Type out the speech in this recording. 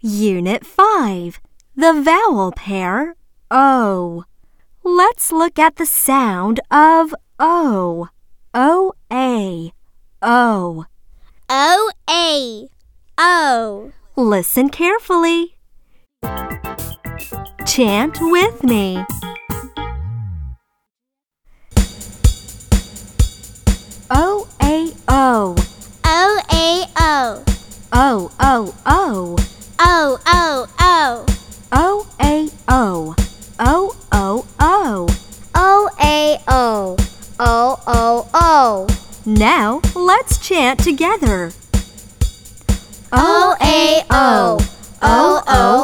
Unit 5 The vowel pair O. Let's look at the sound of O. O A. O. O A O Listen carefully. Chant with me. O A O. O A O O O O. O O O O A O. O O O. O A O O O O Now let's chant together. O A O O O